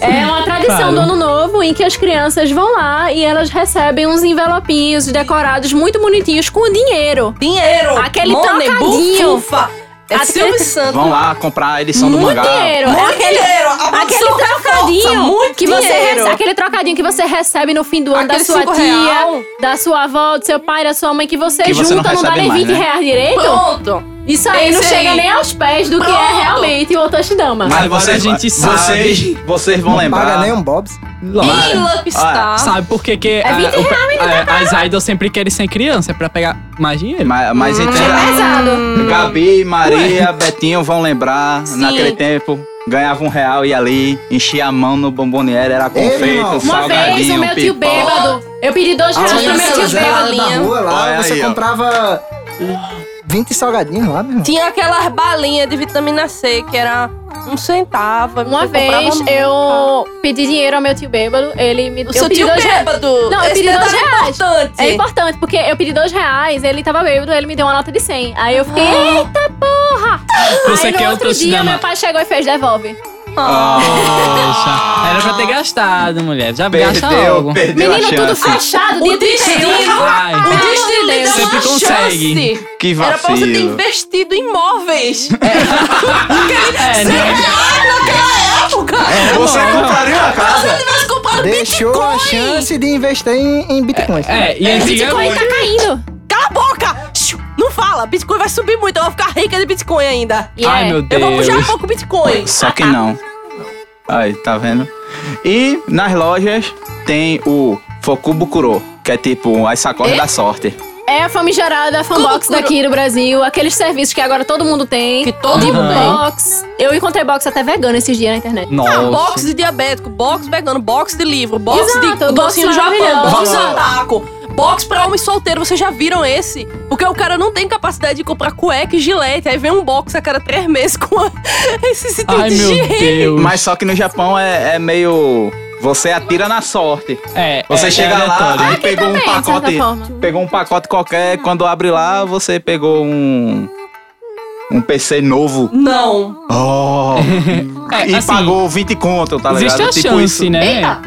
D: É uma tradição
E: Claro.
D: do ano novo em que as crianças vão lá e elas recebem uns envelopinhos decorados muito bonitinhos com dinheiro.
B: Dinheiro.
D: Aquele
B: money,
D: trocadinho.
B: bufufa. É
D: Aquele-
B: Silvio Santos.
A: Vão lá comprar a edição do
D: Muito
A: mangá.
D: dinheiro. É
B: Muito dinheiro.
D: Aquele trocadinho
B: muito
D: que você
B: dinheiro.
D: recebe, aquele trocadinho que você recebe no fim do ano
B: Aquele
D: da sua
B: cinco
D: tia,
B: real.
D: da sua avó, do seu pai, da sua mãe, que você
A: Que você
D: junta,
A: não
D: não, dá
A: recebe
D: nem
A: mais,
D: 20
A: né?
D: reais direito.
B: Pronto.
D: Isso aí não
B: Esse é aí.
D: chega nem aos pés do que é
B: Pronto.
D: realmente o Otoshidama.
E: Mas Agora a gente sabe.
A: Vocês, vocês vão lembrar.
C: Paga nem um Bob's.
E: Lógico.
B: Em Lumpstar.
E: Sabe por que, que a-
D: 20
E: o-
D: tá
E: a- as idols sempre querem ser criança? É pra pegar mais dinheiro.
A: Mas, mas
D: é
A: entenda.
D: Pesado.
A: Gabi, Maria, Betinho vão lembrar
B: Sim.
A: naquele tempo. Ganhava um real e ali enchia a mão no bomboniere, era confeito,
C: irmão. Uma
D: Uma vez o
A: salgadinho,
D: meu tio
A: pipoca. Ah,
D: bêbado, eu pedi dois reais
C: Ah,
B: Olha
D: pro meu
B: essa
D: tio
B: zela.
D: bêbado.
C: é da
B: belinha.
C: rua lá,
A: Olha
C: você
A: aí, ó.
C: comprava 20 salgadinhos lá, meu irmão.
B: Tinha aquelas balinhas de vitamina C que era um centavo.
D: Uma
B: você
D: vez
B: comprava
D: eu pedi dinheiro ao meu tio bêbado, ele me
B: O
D: eu
B: seu
D: pedi
B: tio
D: dois reais.
B: bêbado.
D: Não, eu
B: Esse
D: pedi dois
B: detalhe
D: reais.
B: É importante.
D: É importante, porque eu pedi dois reais, ele tava bêbado, ele me deu uma nota de 100. Aí eu fiquei,
B: Ah.
D: eita porra!
E: Você
D: Aí no
E: quer
D: outro
E: outro
D: dia,
E: cinema?
D: meu pai chegou e fez, devolve. É
E: Poxa, era pra ter gastado, mulher. Já gasta
A: Perdeu,
E: logo.
A: perdeu a
D: Menino, tudo
A: chance.
D: fechado,
B: assim, O
D: dia 31.
B: destino.
E: Ai.
B: O destino
D: Ai,
B: lhe deu
E: sempre
B: uma
E: consegue.
B: chance.
A: Que
B: Era pra você ter
A: vacilo.
B: investido em imóveis.
E: É, né? É.
A: Você compraria uma casa?
B: Mas comprado
C: Deixou a chance de investir em, em bitcoins.
E: É, e
D: Bitcoin
E: antigamente.
D: tá caindo.
B: Cala a boca! Shhh, Não fala, Bitcoin vai subir muito, eu vou ficar rica de Bitcoin ainda.
E: Ai,
D: É,
E: meu
B: Eu vou puxar um
E: Deus.
B: pouco Bitcoin.
A: Só que não. Aí, tá vendo? E nas lojas tem o Fokubukuro, que é tipo as sacolas da sorte.
D: É a famigerada fanbox
B: Como-
D: daqui do Brasil, aqueles serviços que agora todo mundo tem.
B: Que todo
D: Tipo
B: mundo tem.
D: box. Eu encontrei box até vegano esses dias na internet.
B: Box
E: Nossa.
B: de diabético, box vegano, box de livro, box
D: Exato,
B: de docinho do
D: box
B: Japão,
D: maravilhoso.
B: box de
D: Exato.
B: taco, box pra homem solteiro. Vocês já viram esse? Porque o cara não tem capacidade de comprar cueca e gilete. Aí vem um box a cada três meses com esses itens
E: Ai,
B: de
E: meu
B: higiene.
E: Deus.
A: Mas só que no Japão é, é meio. Você atira na sorte.
E: É,
A: Você
E: é,
A: chega
E: é
A: lá,
E: aleatório.
A: aí pegou um
D: também, de certa
A: pacote.
D: forma.
A: Pegou um pacote qualquer, quando abre lá, você pegou um. Um PC novo.
B: Não.
A: Oh!
E: Hum. É,
A: e
E: assim,
A: pagou 20 conto, tá
E: Existe
A: ligado?
E: a chance, né?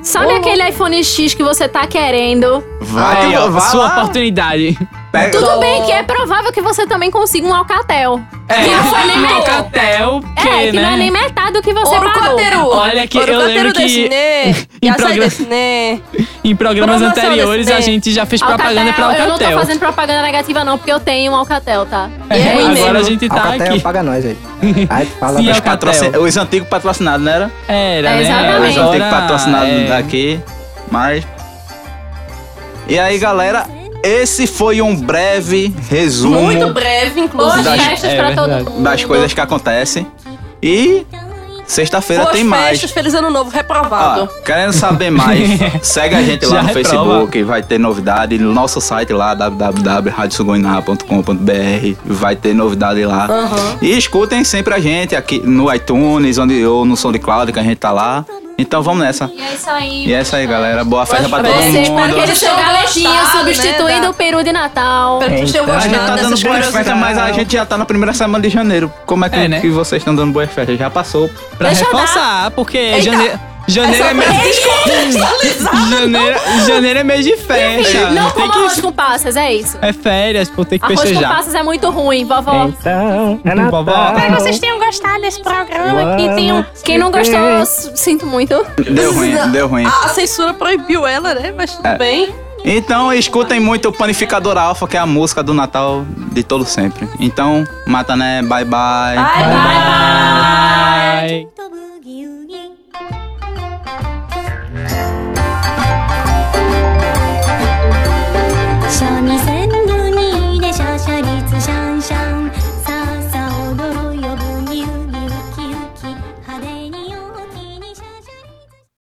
D: Sabe aquele iPhone X que você tá querendo?
A: Vai,
E: Aí, ó,
A: vai
E: É, sua
A: lá,
E: oportunidade.
A: pega-
D: Tudo bem que é provável que você também consiga um Alcatel.
E: É,
D: não foi nem
E: um
D: meu.
E: Alcatel, que,
D: é, que
E: né?
D: não é nem metade do que você
B: Ouro
D: pagou.
B: quateru.
E: Olha que eu lembro que
B: né,
E: em
B: Em
E: programa-
B: né.
E: Em programas
B: Promoção desse
E: anteriores, a
B: daí.
E: gente já fez propaganda pra
D: Eu não tô
E: Alcatel.
D: fazendo propaganda negativa, não, porque eu tenho um Alcatel, tá?
E: É,
B: E é ruim
E: agora a
B: mesmo.
E: gente tá
C: Alcatel,
E: aqui.
C: paga nós aí.
A: é
C: Aí tu fala
E: Sim,
C: pra-
E: Alcatel.
A: patrocin- Os antigos patrocinados, não era?
E: Era,
D: É,
E: né?
D: exatamente.
A: Os
E: Agora,
A: antigos patrocinados
E: é,
A: daqui. Mas. E aí, galera, esse foi um breve resumo
B: Muito breve, inclusive.
D: Boas
A: Das-
D: festas
E: é
D: pra todo
E: verdade.
D: mundo.
A: das coisas que acontecem. E sexta-feira
B: Boas
A: tem mais.
B: festas, feliz ano novo,
A: Ah,
B: reprovado.
A: querendo saber mais, segue a gente
E: Já
B: é
A: lá no
E: reprova.
A: Facebook, vai ter novidade no nosso site lá, www.radiosugoinarra.com.br, vai ter novidade lá.
B: Aham.
A: E escutem sempre a gente aqui no iTunes onde, ou no SoundCloud que a gente tá lá. Então vamos nessa.
D: E é isso aí.
A: E é isso aí, galera. Boa festa pra todo
B: festas, espero
A: mundo.
B: que
D: Aquele
B: eles
D: seu
B: tenham
D: galetinho
B: gostado,
D: substituindo
B: né, da-
D: o peru de Natal.
B: Espero que vocês tenham
C: Eita.
A: A gente tá
B: gostado
A: dando
B: dessas
A: boas
B: coisas.
A: festas, mas a gente já tá na primeira semana de janeiro. Como é que,
E: É, né?
A: que vocês estão dando boas festas? Já passou.
E: Pra
D: Deixa eu
E: reforçar, porque janeiro, janeiro, é mês,
B: Descontextualizado.
E: janeiro, janeiro é mês de festa.
D: Não
E: tem
D: coma
E: que-
D: arroz com passas, é isso.
E: É férias, pô, tem que
D: Arroz com
E: festejar.
D: passas é muito ruim, vovó.
C: Então, é
E: Vovó.
C: Natal.
E: Espero que
D: tenham gostado desse programa.
C: Uau.
D: E tenham... Quem não gostou,
C: Sim.
E: É.
D: eu s- sinto muito.
A: Deu ruim, deu ruim.
B: A, a censura proibiu ela, né? Mas tudo
A: É.
B: bem.
A: Então escutem muito o Panificador Alfa, que é a música do Natal de todo sempre. Então, mata né, bye bye.
D: é.
B: Bye, bye.
E: Bye.